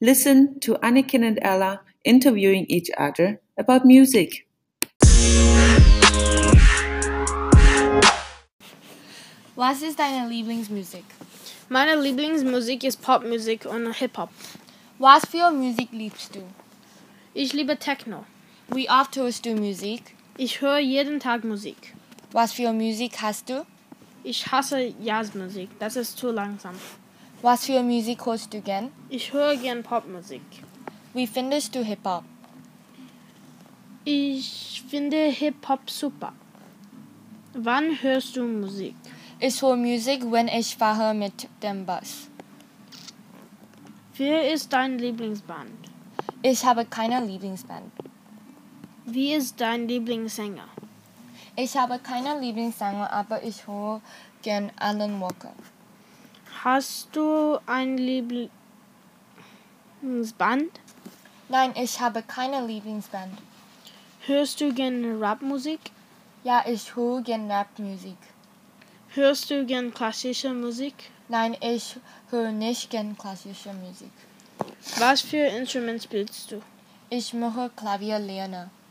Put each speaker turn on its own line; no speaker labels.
Listen to Anakin and Ella interviewing each other about music.
Was ist deine Lieblingsmusik?
Meine Lieblingsmusik ist Popmusik und Hip-Hop.
Was für Musik liebst du?
Ich liebe Techno.
Wie oft hörst du Musik?
Ich höre jeden Tag Musik.
Was für Musik hast du?
Ich hasse Jazzmusik, das ist zu langsam.
Was für Musik hörst du gern?
Ich höre gern Popmusik.
Wie findest du Hip-Hop?
Ich finde Hip-Hop super. Wann hörst du Musik?
Ich höre Musik, wenn ich fahre mit dem Bus.
Wer ist dein Lieblingsband?
Ich habe keine Lieblingsband.
Wie ist dein Lieblingssänger?
Ich habe keine Lieblingssänger, aber ich höre gern Alan Walker.
Hast du ein Lieblingsband?
Nein, ich habe keine Lieblingsband.
Hörst du gern Rapmusik?
Ja, ich höre gern Rapmusik.
Hörst du gern klassische Musik?
Nein, ich höre nicht gern klassische Musik.
Was für Instrument spielst du?
Ich mache Klavier lernen.